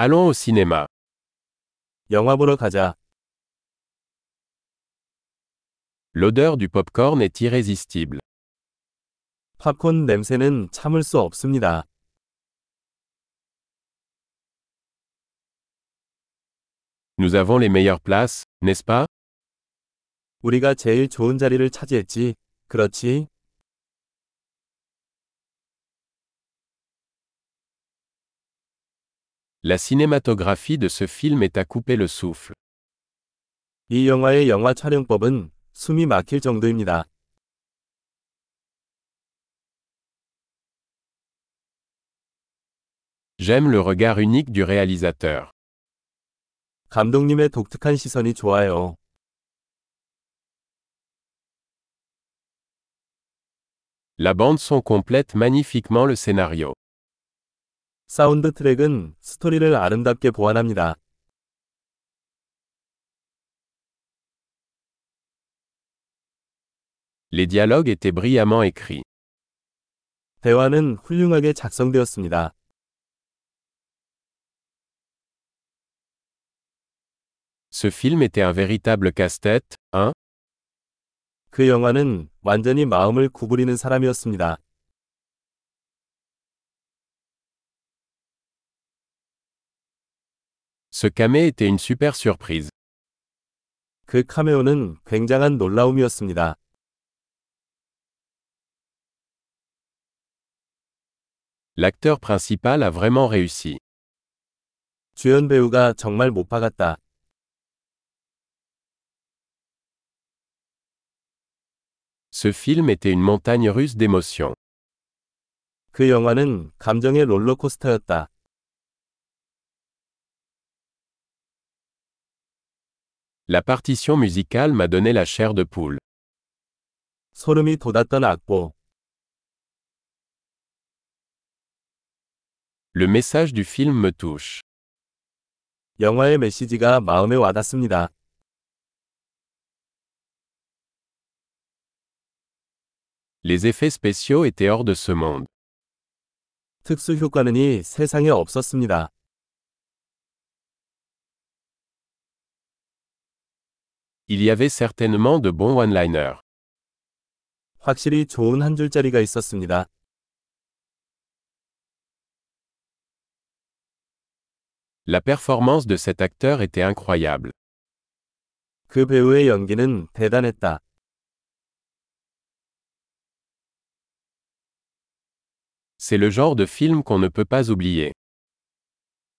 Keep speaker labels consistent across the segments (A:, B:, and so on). A: Allons au cinéma.
B: 영화 보러 가자.
A: L'odeur du popcorn est irrésistible.
B: 팝콘 냄새는 참을 수 없습니다.
A: Nous avons les meilleures places, n'est-ce pas
B: 우리가 제일 좋은 자리를 차지했지. 그렇지?
A: La cinématographie de ce film est à couper le souffle.
B: 이 영화의 영화 촬영법은 숨이 막힐 정도입니다.
A: J'aime le regard unique du réalisateur.
B: 감독님의 독특한 시선이 좋아요.
A: La bande son complète magnifiquement le scénario.
B: 사운드 트랙은 스토리를 아름답게 보완합니다.
A: Les dialogues étaient brillamment écrits.
B: 대화는 훌륭하게 작성되었습니다.
A: Ce film était un véritable casse-tête, hein
B: 그 영화는 완전히 마음을 구부리는 사람이었습니다.
A: Ce camé était une super surprise.
B: 그 카메오는 굉장한 놀라움이었습니다.
A: L'acteur principal a vraiment réussi.
B: 주연 배우가 정말 못 박았다.
A: Ce film était une montagne russe d'émotions.
B: 그 영화는 감정의 롤러코스터였다.
A: La partition musicale m'a donné la chair de poule.
B: 소름이 돋았던 악보.
A: Le message du film me touche.
B: 영화의 메시지가 마음에 와닿습니다.
A: Les effets spéciaux étaient hors de ce monde.
B: 특수 효과는 이 세상에 없었습니다.
A: Il y avait certainement de bons one-liners.
B: 확실히 좋은 한 줄짜리가 있었습니다.
A: La performance de cet acteur était incroyable.
B: 그 배우의 연기는 대단했다.
A: C'est le genre de film qu'on ne peut pas oublier.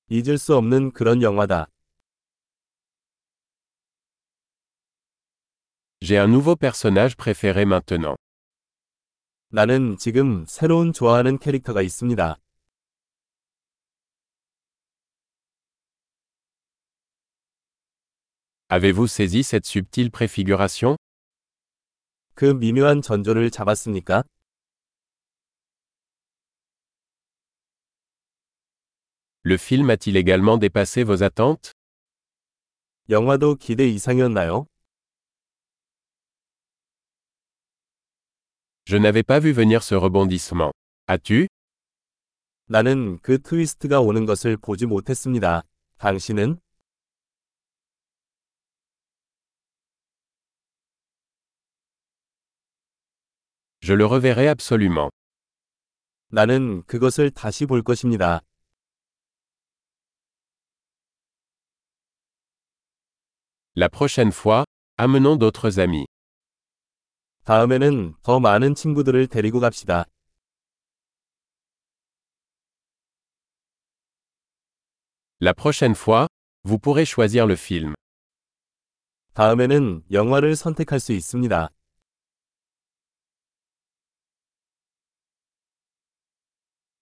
B: 잊을 수 없는 그런 영화다.
A: J'ai un nouveau personnage préféré maintenant.
B: 나는 지금 새로운 좋아하는 캐릭터가 있습니다.
A: Avez-vous saisi cette subtile préfiguration
B: 그 미묘한 전조를 잡았습니까?
A: Le film a-t-il également dépassé vos attentes
B: 영화도 기대 이상이었나요?
A: Je n'avais pas vu venir ce rebondissement. As-tu
B: 나는 그 트위스트가 오는 것을 보지 못했습니다. 당신은?
A: Je le reverrai absolument.
B: 나는 그것을 다시 볼 것입니다.
A: La prochaine fois, amenons d'autres amis.
B: 다음에는 더 많은 친구들을 데리고 갑시다.
A: La prochaine fois, vous pourrez choisir le film.
B: 다음에는 영화를 선택할 수 있습니다.